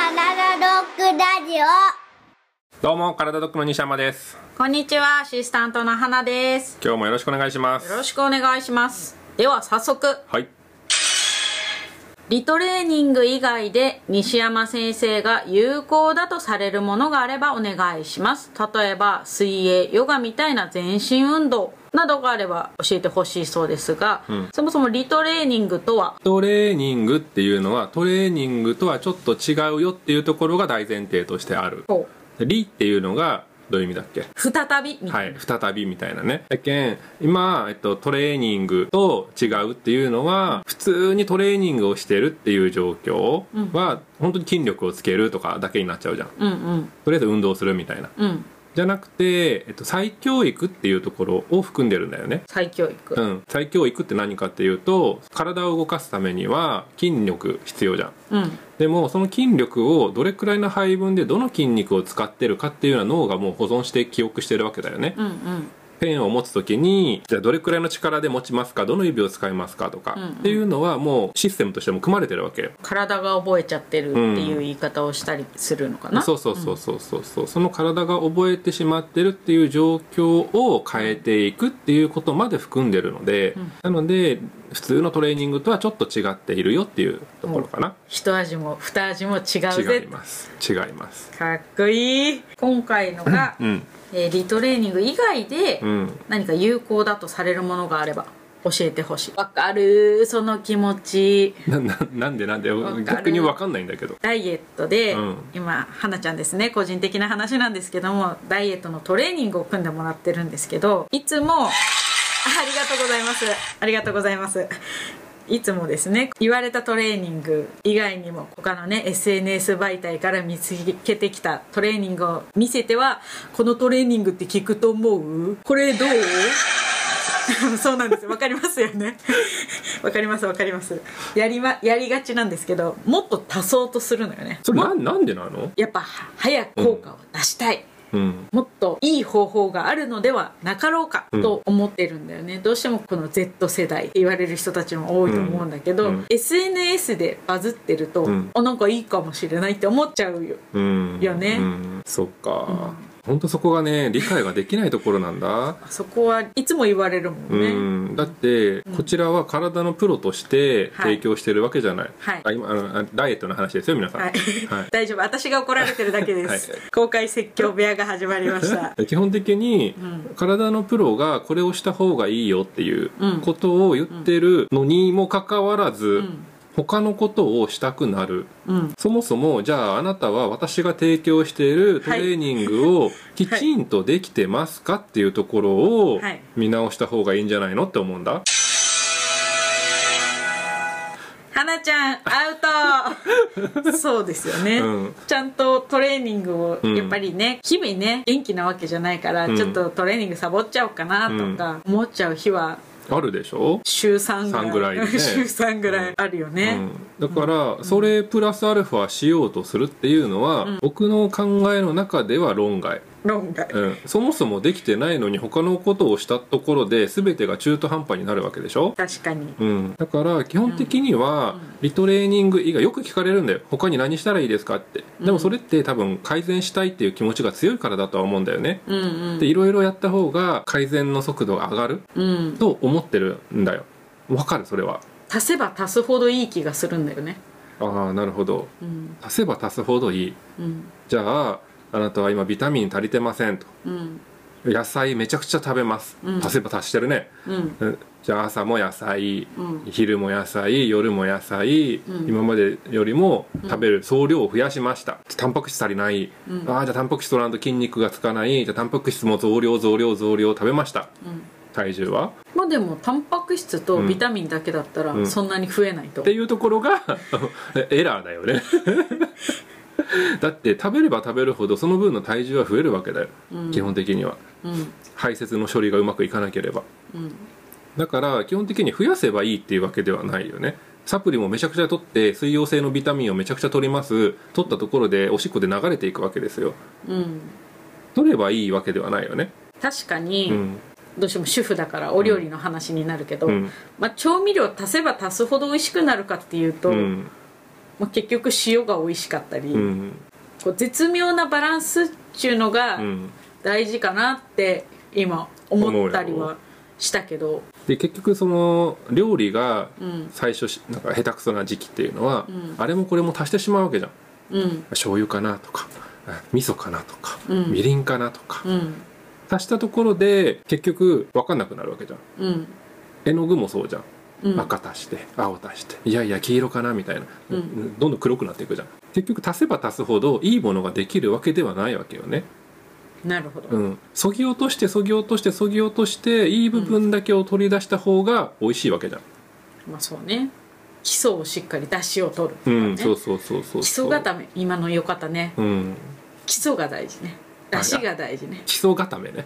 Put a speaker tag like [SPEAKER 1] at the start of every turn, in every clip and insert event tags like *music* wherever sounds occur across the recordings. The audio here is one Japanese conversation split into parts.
[SPEAKER 1] ラドッグラジオ
[SPEAKER 2] どうも、体ドックの西山です。
[SPEAKER 3] こんにちは、アシスタントの花です。
[SPEAKER 2] 今日もよろしくお願いします。
[SPEAKER 3] よろしくお願いします。では早速、
[SPEAKER 2] はい。
[SPEAKER 3] リトレーニング以外で西山先生が有効だとされるものがあればお願いします。例えば、水泳、ヨガみたいな全身運動などがあれば教えてほしいそうですが、そもそもリトレーニングとは、
[SPEAKER 2] トレーニングっていうのは、トレーニングとはちょっと違うよっていうところが大前提としてある。リっていうのが、どういう意味だっけ
[SPEAKER 3] 再びみた
[SPEAKER 2] はいい、再びみたいなね。だけん、今、えっと、トレーニングと違うっていうのは、普通にトレーニングをしてるっていう状況は、本当に筋力をつけるとかだけになっちゃうじゃん。
[SPEAKER 3] な。うん
[SPEAKER 2] とりあえず運動するみたいな。
[SPEAKER 3] うん。うん。
[SPEAKER 2] じゃなくて、えっと、再教育っていうところを含んでるんだよね。
[SPEAKER 3] 再教育。
[SPEAKER 2] うん、再教育って何かっていうと体を動かすためには筋力必要じゃん
[SPEAKER 3] うん。
[SPEAKER 2] でもその筋力をどれくらいの配分でどの筋肉を使ってるかっていうのは脳がもう保存して記憶してるわけだよね、
[SPEAKER 3] うんうん。
[SPEAKER 2] ペンを持つ時にじゃあどれくらいの力で持ちますかどの指を使いますかとか、
[SPEAKER 3] うんうん
[SPEAKER 2] っていうのはもうシステムとしても組まれてるわけよ
[SPEAKER 3] 体が覚えちゃってるっていう言い方をしたりするのかな。
[SPEAKER 2] そうそうそうそうそうそうその体が覚えてしまってるっていう状況を変えていくっていうことまで含んでるので、
[SPEAKER 3] ん
[SPEAKER 2] なので普通のトレーニングとはちょっと違っているよっていうところかな、
[SPEAKER 3] 一味も二味も違う
[SPEAKER 2] 違い
[SPEAKER 3] ぜ
[SPEAKER 2] ます違います
[SPEAKER 3] かっこいい今回のが、
[SPEAKER 2] うん
[SPEAKER 3] えーリトレーニング以外で
[SPEAKER 2] うん
[SPEAKER 3] 何か有効だとされるものがあれば教えてほしいわかるその気持ち
[SPEAKER 2] なななんでなんで
[SPEAKER 3] かる
[SPEAKER 2] 逆に分かんないんだけど
[SPEAKER 3] ダイエットで、
[SPEAKER 2] うん
[SPEAKER 3] 今花ちゃんですね個人的な話なんですけどもダイエットのトレーニングを組んでもらってるんですけどいつもあありがとうございますありがとうございますいつもですね言われたトレーニング以外にも他のね SNS 媒体から見つけてきたトレーニングを見せてはこのトレーニングって聞くと思う *laughs* これどうそうなんですわかりますよねわかりますわかりますやり,、ま、やりがちなんですけどもっと足そうとするのよね
[SPEAKER 2] それななんでなの
[SPEAKER 3] やっぱ早く効果を出したい、
[SPEAKER 2] うん
[SPEAKER 3] もっといい方法があるのではなかろうか
[SPEAKER 2] うん
[SPEAKER 3] と思ってるんだよね、どうしてもこの Z 世代って言われる人たちも多いと思うんだけど、
[SPEAKER 2] うんうん
[SPEAKER 3] SNS でバズってると、
[SPEAKER 2] うん
[SPEAKER 3] あなんかいいかもしれないって思っちゃうよ
[SPEAKER 2] うん
[SPEAKER 3] よね
[SPEAKER 2] うんそっか、ほんとそこがね理解ができないところなんだ
[SPEAKER 3] そこはいつも言われるもんね、
[SPEAKER 2] うん、だって
[SPEAKER 3] ん
[SPEAKER 2] こちらは体のプロとして
[SPEAKER 3] は
[SPEAKER 2] 提
[SPEAKER 3] い
[SPEAKER 2] 供してるわけじゃない、
[SPEAKER 3] はい
[SPEAKER 2] あ今あのあダイエットの話ですよ皆さん、
[SPEAKER 3] はい、
[SPEAKER 2] はい
[SPEAKER 3] *laughs* 大丈夫私が怒られてるだけです、
[SPEAKER 2] は
[SPEAKER 3] 公開説教部屋が始まり
[SPEAKER 2] *laughs*
[SPEAKER 3] ました
[SPEAKER 2] 基本的に
[SPEAKER 3] ん
[SPEAKER 2] 体のプロがこれをした方がいいよっていう
[SPEAKER 3] うん
[SPEAKER 2] ことを言ってるのにもかかわらず、
[SPEAKER 3] ん
[SPEAKER 2] 他のことをしたくなる
[SPEAKER 3] うん
[SPEAKER 2] そもそもじゃああなたは私が提供しているトレーニングをきちんとできてますかっていうところを
[SPEAKER 3] はい
[SPEAKER 2] 見直した方がいいんじゃないのって思うんだ
[SPEAKER 3] 花ちゃんアウ
[SPEAKER 2] *laughs*
[SPEAKER 3] トそうですよね、
[SPEAKER 2] うん
[SPEAKER 3] ちゃんとトレーニングを
[SPEAKER 2] うん
[SPEAKER 3] やっぱりね、日々ね元気なわけじゃないから、
[SPEAKER 2] うん
[SPEAKER 3] ちょっとトレーニングサボっちゃおうかなとか思っちゃう日は
[SPEAKER 2] あるでしょ
[SPEAKER 3] 週3ぐら
[SPEAKER 2] 三ぐら
[SPEAKER 3] い
[SPEAKER 2] いでね
[SPEAKER 3] *laughs* 週3ぐら
[SPEAKER 2] う
[SPEAKER 3] い
[SPEAKER 2] ん
[SPEAKER 3] あるよね、
[SPEAKER 2] うん、だからそれプラスアルファしようとするっていうのは、僕の考えの中では論外、
[SPEAKER 3] 論外
[SPEAKER 2] うん、そもそもできてないのに他のことをしたところで全てが中途半端になるわけでしょ、
[SPEAKER 3] 確かに
[SPEAKER 2] うん、だから基本的にはリトレーニング以外よく聞かれるんだよ他に何したらいいですかってでもそれって多分改善したいっていう気持ちが強いからだとは思うんだよね
[SPEAKER 3] うんうん
[SPEAKER 2] でいろいろやった方が改善の速度が上がる
[SPEAKER 3] うん
[SPEAKER 2] と思ってるんだよわかるそれは
[SPEAKER 3] 足せば足すほどいい気がするんだよね
[SPEAKER 2] ああなるほど
[SPEAKER 3] うん
[SPEAKER 2] 足せば足すほどいい
[SPEAKER 3] うん
[SPEAKER 2] じゃああなたは今ビタミン足りてませんと
[SPEAKER 3] うん
[SPEAKER 2] 野菜めちゃくちゃ食べます、
[SPEAKER 3] うん
[SPEAKER 2] 足せば足してるね
[SPEAKER 3] うん
[SPEAKER 2] うんじゃあ朝も野菜、
[SPEAKER 3] うん
[SPEAKER 2] 昼も野菜夜も野菜、
[SPEAKER 3] うん
[SPEAKER 2] 今までよりも食べる総量を増やしました、タンパク質足りない、
[SPEAKER 3] うん
[SPEAKER 2] ああじゃあタンパク質取らんと筋肉がつかないじゃあタンパク質も増量増量増量食べました
[SPEAKER 3] うん
[SPEAKER 2] 体重は
[SPEAKER 3] まあでもタンパク質とビタミンだけだった
[SPEAKER 2] うん
[SPEAKER 3] らそんなに増えないと、
[SPEAKER 2] っていうところが *laughs* エラーだよ
[SPEAKER 3] *laughs*
[SPEAKER 2] ねだって食べれば食べるほどその分の体重は増えるわけだよ、
[SPEAKER 3] うん
[SPEAKER 2] 基本的には
[SPEAKER 3] うん
[SPEAKER 2] 排泄の処理がうまくいかなければ
[SPEAKER 3] うん
[SPEAKER 2] だから基本的に増やせばいいっていうわけではないよねサプリもめちゃくちゃ取って水溶性のビタミンをめちゃくちゃ取ります取ったところでおしっこで流れていくわけですよ
[SPEAKER 3] うん
[SPEAKER 2] 取ればいいわけではないよね
[SPEAKER 3] 確かに、
[SPEAKER 2] うん
[SPEAKER 3] どうしても主婦だからお料理の話になるけど、
[SPEAKER 2] うん
[SPEAKER 3] まあ、調味料足せば足すほど美味しくなるかっていうと、
[SPEAKER 2] うん
[SPEAKER 3] まあ、結局塩が美味しかったり、
[SPEAKER 2] うん
[SPEAKER 3] こう絶妙なバランスっていうのが
[SPEAKER 2] うん
[SPEAKER 3] 大事かなって今思ったりはしたけど
[SPEAKER 2] で結局その料理が
[SPEAKER 3] うん
[SPEAKER 2] 最初しなんか下手くそな時期っていうのは、
[SPEAKER 3] ん
[SPEAKER 2] あれもこれも足してしまうわけじゃん
[SPEAKER 3] うん
[SPEAKER 2] 醤油かなとかあ味噌かなとか、
[SPEAKER 3] うん
[SPEAKER 2] みりんかなとか、
[SPEAKER 3] うん
[SPEAKER 2] 足したところで結局分かんなくなるわけじゃん
[SPEAKER 3] うん
[SPEAKER 2] 絵の具もそうじゃん
[SPEAKER 3] うん
[SPEAKER 2] 赤足して青足していやいや黄色かなみたいな、
[SPEAKER 3] うん
[SPEAKER 2] どんどん黒くなっていくじゃん結局足せば足すほどいいものができるわけではないわけよね
[SPEAKER 3] なるほど、
[SPEAKER 2] うんそぎ落としてそぎ落としてそぎ落としていい部分だけを取り出した方が美味しいわけじゃん
[SPEAKER 3] まあそうね基礎をしっかり出汁を取るとか
[SPEAKER 2] う
[SPEAKER 3] ね、
[SPEAKER 2] ん、そうそうそうそうそう
[SPEAKER 3] 基礎固め今のよかったね
[SPEAKER 2] うん
[SPEAKER 3] 基礎が大事ね出汁が大事ね
[SPEAKER 2] 基礎固めね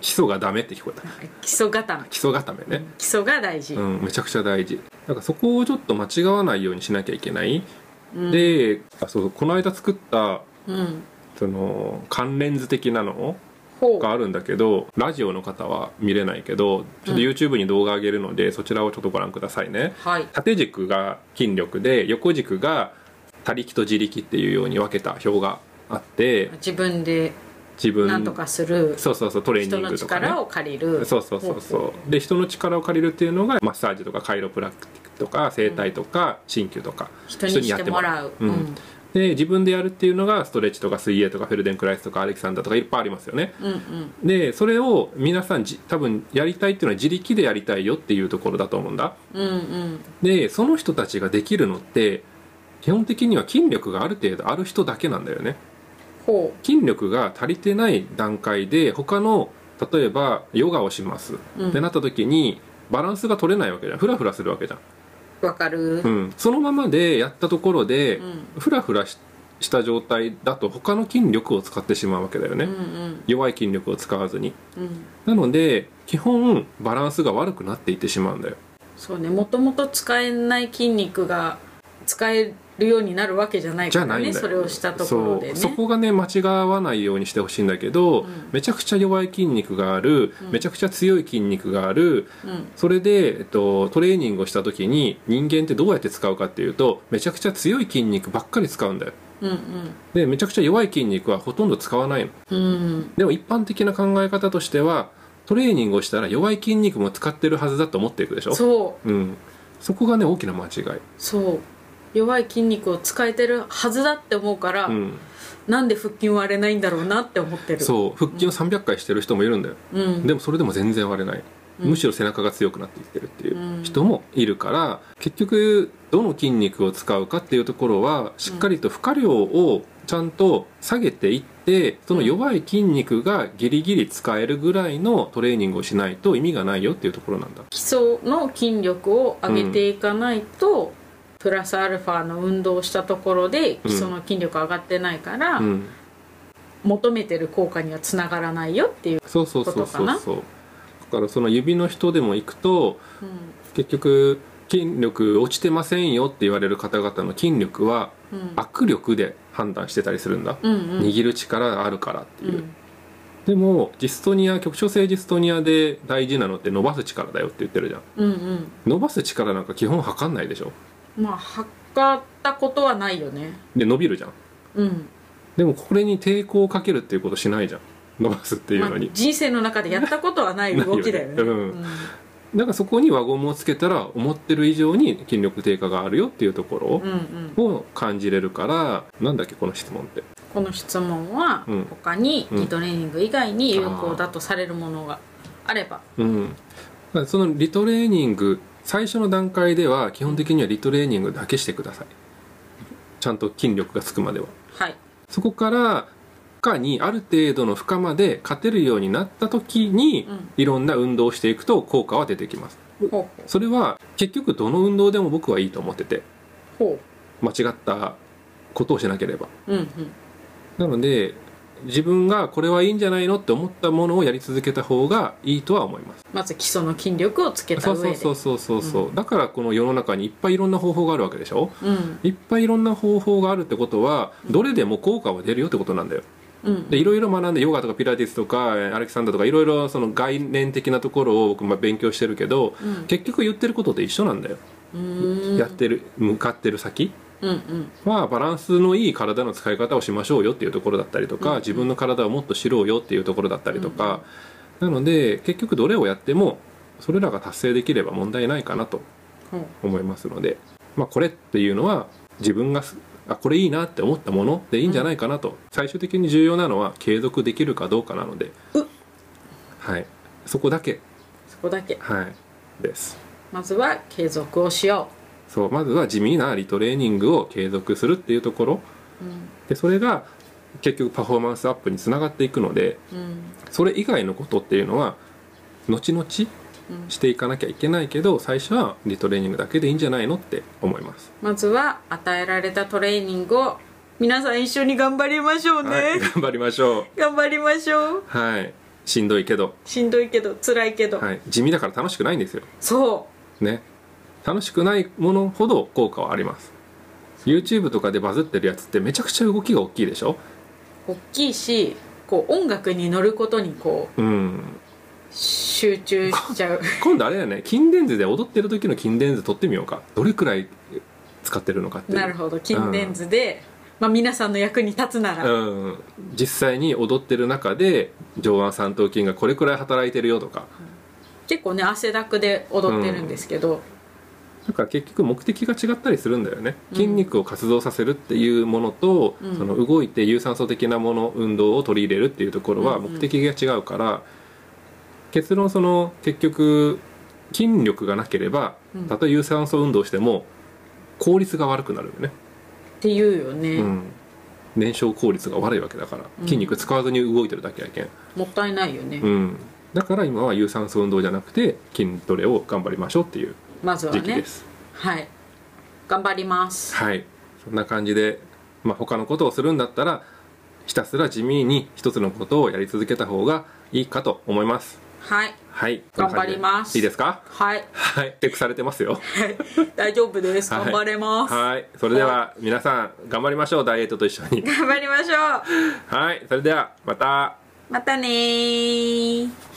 [SPEAKER 2] 基礎がダメって聞こえた
[SPEAKER 3] 基礎固め
[SPEAKER 2] 基礎固めね
[SPEAKER 3] 基礎が大事、
[SPEAKER 2] うんめちゃくちゃ大事だからそこをちょっと間違わないようにしなきゃいけない、
[SPEAKER 3] うん
[SPEAKER 2] であそうこの間作った
[SPEAKER 3] うん
[SPEAKER 2] その関連図的なの
[SPEAKER 3] ほ
[SPEAKER 2] があるんだけどラジオの方は見れないけどちょっと YouTube に動画上げるので、そちらをちょっとご覧くださいね
[SPEAKER 3] うはい
[SPEAKER 2] 縦軸が筋力で横軸が他力と自力っていうように分けた表があって
[SPEAKER 3] 自分で
[SPEAKER 2] 自分
[SPEAKER 3] 何とかする、
[SPEAKER 2] そうそうそうトレーニ
[SPEAKER 3] 人
[SPEAKER 2] ン
[SPEAKER 3] の
[SPEAKER 2] グとかね
[SPEAKER 3] 力を借りる
[SPEAKER 2] そうそうそう
[SPEAKER 3] ほ
[SPEAKER 2] そうで人の力を借りるっていうのがマッサージとかカイロプラクティックとか整体とか鍼灸とか、
[SPEAKER 3] 人にしてもらう
[SPEAKER 2] 人にやってもらう、うんで自分でやるっていうのがストレッチとか水泳とかフェルデンクライスとかアレキサンダーとかいっぱいありますよね
[SPEAKER 3] うんうん
[SPEAKER 2] でそれを皆さんじ多分やりたいっていうのは自力でやりたいよっていうところだと思うんだ
[SPEAKER 3] うんうん
[SPEAKER 2] でその人たちができるのって基本的には筋力がある程度ある人だけなんだよね
[SPEAKER 3] ほ
[SPEAKER 2] 筋力が足りてない段階で他の例えばヨガをしますっ
[SPEAKER 3] うん
[SPEAKER 2] てなった時にバランスが取れないわけじゃんフラフラするわけじゃん、
[SPEAKER 3] うわかる
[SPEAKER 2] う、ん、そのままでやったところで
[SPEAKER 3] うん
[SPEAKER 2] フラフラしした状態だと他の筋力を使ってしまうわけだよね、
[SPEAKER 3] うんうん
[SPEAKER 2] 弱い筋力を使わずに
[SPEAKER 3] うん
[SPEAKER 2] なので基本バランスが悪くなっていってしまうんだよ
[SPEAKER 3] そうねもともと使えない筋肉が使えるようになるわけじゃない
[SPEAKER 2] じ
[SPEAKER 3] か
[SPEAKER 2] ゃ
[SPEAKER 3] ら
[SPEAKER 2] ないんだ
[SPEAKER 3] ね
[SPEAKER 2] よ
[SPEAKER 3] それをしたところでね
[SPEAKER 2] そうそこがね間違わないようにしてほしいんだけど、
[SPEAKER 3] ん
[SPEAKER 2] めちゃくちゃ弱い筋肉がある、
[SPEAKER 3] うん
[SPEAKER 2] めちゃくちゃ強い筋肉がある
[SPEAKER 3] うん
[SPEAKER 2] それで、えっと、トレーニングをした時に人間ってどうやって使うかっていうとめちゃくちゃ強い筋肉ばっかり使うんだよ
[SPEAKER 3] うん
[SPEAKER 2] でめちゃくちゃ弱い筋肉はほとんど使わないの
[SPEAKER 3] うんうん
[SPEAKER 2] でも一般的な考え方としてはトレーニングをしたら弱い筋肉も使ってるはずだと思っていくでしょ
[SPEAKER 3] そう
[SPEAKER 2] う、ん、そこがね大きな間違い、
[SPEAKER 3] そう弱い筋肉を使えてるはずだって思うから、
[SPEAKER 2] うん、
[SPEAKER 3] なんで腹筋割れないんだろうなって思ってる
[SPEAKER 2] そう腹筋を300回してる人もいるんだよ、
[SPEAKER 3] う、ん、
[SPEAKER 2] でもそれでも全然割れない、
[SPEAKER 3] うん
[SPEAKER 2] むしろ背中が強くなっていってるっていううん人もいるから結局どの筋肉を使うかっていうところはしっかりと負荷量をちゃんと下げていってその弱い筋肉がギリギリ使えるぐらいのトレーニングをしないと意味がないよっていうところなんだ
[SPEAKER 3] 基礎の筋力を上げていかないと、プラスアルファの運動をしたところで基礎の筋力上がってないから、
[SPEAKER 2] うん
[SPEAKER 3] 求めてる効果にはつながらないよっていう、
[SPEAKER 2] そうそうそう
[SPEAKER 3] ことか
[SPEAKER 2] そう
[SPEAKER 3] な
[SPEAKER 2] そうだからその指の人でも行くと
[SPEAKER 3] う
[SPEAKER 2] 結局筋力落ちてませんよって言われる方々の筋力は
[SPEAKER 3] んうん、
[SPEAKER 2] 握力で判断してたりするんだ、
[SPEAKER 3] うんうん
[SPEAKER 2] 握る力があるからって
[SPEAKER 3] う
[SPEAKER 2] いう、
[SPEAKER 3] ん
[SPEAKER 2] でもジストニア局所性ジストニアで大事なのって伸ばす力だよって言ってるじゃん
[SPEAKER 3] うんうん
[SPEAKER 2] 伸ばす力なんか基本測んないでしょ
[SPEAKER 3] まあ測ったことはないよね
[SPEAKER 2] で伸びるじゃん
[SPEAKER 3] うん、
[SPEAKER 2] でもこれに抵抗をかけるっていうことしないじゃん伸ばすっていう
[SPEAKER 3] ま
[SPEAKER 2] の
[SPEAKER 3] あ
[SPEAKER 2] に、、
[SPEAKER 3] 人生の中でやったことはない動きだよね
[SPEAKER 2] ないよねうんだからそこに輪ゴムをつけたら思ってる以上に筋力低下があるよっていうとこ
[SPEAKER 3] うんうん
[SPEAKER 2] ろを感じれるからなんだっけこの質問って
[SPEAKER 3] この質問は
[SPEAKER 2] うん
[SPEAKER 3] 他に
[SPEAKER 2] うん
[SPEAKER 3] リトレーニング以外に有効だとされるものがあれば
[SPEAKER 2] うん、だからそのリトレーニング最初の段階では基本的にはリトレーニングだけしてくださいちゃんと筋力がつくまでは
[SPEAKER 3] はい
[SPEAKER 2] そこから負荷にある程度の負荷まで勝てるようになった時に、
[SPEAKER 3] うん
[SPEAKER 2] いろんな運動をしていくと効果は出てきます
[SPEAKER 3] ほう
[SPEAKER 2] それは結局どの運動でも僕はいいと思ってて
[SPEAKER 3] ほ
[SPEAKER 2] 間違ったことをしなければ
[SPEAKER 3] ううんうん
[SPEAKER 2] なので自分がこれはいいんじゃないのって思ったものをやり続けた方がいいとは思います
[SPEAKER 3] まず基礎の筋力をつけた
[SPEAKER 2] そう
[SPEAKER 3] 上
[SPEAKER 2] そ
[SPEAKER 3] で
[SPEAKER 2] うそうそうそうそう、だからこの世の中にいっぱいいろんな方法があるわけでしょ
[SPEAKER 3] うん
[SPEAKER 2] いっぱいいろんな方法があるってことはどれでも効果は出るよってことなんだよ
[SPEAKER 3] うん
[SPEAKER 2] でいろいろ学んでヨガとかピラティスとかえーアレキサンダーとかいろいろその概念的なところを僕まあ勉強してるけど、
[SPEAKER 3] うん
[SPEAKER 2] 結局言ってることって一緒なんだよ、
[SPEAKER 3] うーん
[SPEAKER 2] やってる向かってる先
[SPEAKER 3] うんうん
[SPEAKER 2] はバランスのいい体の使い方をしましょうよっていうところだったりとか、自分の体をもっと知ろうよっていうところだったりとか、なので結局どれをやってもそれらが達成できれば問題ないかなと
[SPEAKER 3] ほう
[SPEAKER 2] 思いますので、まあ、これっていうのは自分がすあこれいいなって思ったものでいいんじゃないかなと、最終的に重要なのは継続できるかどうかなので、
[SPEAKER 3] う
[SPEAKER 2] はい、そこだけ、
[SPEAKER 3] そこだけ
[SPEAKER 2] はい、です
[SPEAKER 3] まずは継続をしよ
[SPEAKER 2] そうまずは地味なリトレーニングを継続するっていうところ
[SPEAKER 3] うう
[SPEAKER 2] でそれが結局パフォーマンスアップにつながっていくので
[SPEAKER 3] んうん
[SPEAKER 2] それ以外のことっていうのは後々
[SPEAKER 3] うん
[SPEAKER 2] していかなきゃいけないけど最初はリトレーニングだけでいいんじゃないのって思います。
[SPEAKER 3] まずは与えられたトレーニングを皆さん一緒に頑張りましょうね、
[SPEAKER 2] はい、頑張りましょう。
[SPEAKER 3] 頑張りましょう
[SPEAKER 2] はい、しんどいけど、
[SPEAKER 3] しんどいけど辛いけど、
[SPEAKER 2] はい、地味だから楽しくないんですよ。
[SPEAKER 3] そ
[SPEAKER 2] ね、楽しくないものほど効果はあります。YouTube とかでバズってるやつってめちゃくちゃ動きが大きいでしょ。
[SPEAKER 3] う大きいしこう音楽に乗ることにこう
[SPEAKER 2] うん。
[SPEAKER 3] 集中しちゃ
[SPEAKER 2] *laughs*
[SPEAKER 3] う
[SPEAKER 2] 今度あれだよね、筋電図で踊ってる時の筋電図撮ってみようか。どれくらい使ってるのかっていう。
[SPEAKER 3] なるほど筋電図で、まあ、皆さんの役に立つなら、
[SPEAKER 2] うん、実際に踊ってる中で上腕三頭筋がこれくらい働いてるよとか
[SPEAKER 3] 結構ね汗だくで踊ってるんですけど、
[SPEAKER 2] なんか結局目的が違ったりするんだよね
[SPEAKER 3] うん
[SPEAKER 2] 筋肉を活動させるっていうものと、
[SPEAKER 3] うん
[SPEAKER 2] その動いて有酸素的なもの運動を取り入れるっていうところは
[SPEAKER 3] うんう
[SPEAKER 2] 目
[SPEAKER 3] ん
[SPEAKER 2] 的が違うから、結論その結局筋力がなければ
[SPEAKER 3] うん
[SPEAKER 2] たとえ有酸素運動しても効率が悪くなるよね、
[SPEAKER 3] っていうよね、
[SPEAKER 2] うん、燃焼効率が悪いわけだから
[SPEAKER 3] うん
[SPEAKER 2] 筋肉使わずに動いてるだけやけん
[SPEAKER 3] もったいないよね、
[SPEAKER 2] うん、だから今は有酸素運動じゃなくて筋トレを頑張りましょうっていう
[SPEAKER 3] まずは
[SPEAKER 2] 時期
[SPEAKER 3] ね
[SPEAKER 2] です、
[SPEAKER 3] はい頑張ります
[SPEAKER 2] はいそんな感じで、まあ、他のことをするんだったらひたすら地味に一つのことをやり続けた方がいいかと思います
[SPEAKER 3] はい
[SPEAKER 2] はい
[SPEAKER 3] 頑張りま
[SPEAKER 2] こんな感じ
[SPEAKER 3] す
[SPEAKER 2] でいいですか
[SPEAKER 3] はい *laughs*
[SPEAKER 2] はいチェックされてますよ
[SPEAKER 3] 大丈夫です
[SPEAKER 2] はい
[SPEAKER 3] *laughs* 頑張れます、
[SPEAKER 2] はいそれでは皆さん頑張りましょうダイエットと一緒に
[SPEAKER 3] 頑張りましょう
[SPEAKER 2] はいそれではまた
[SPEAKER 3] またねー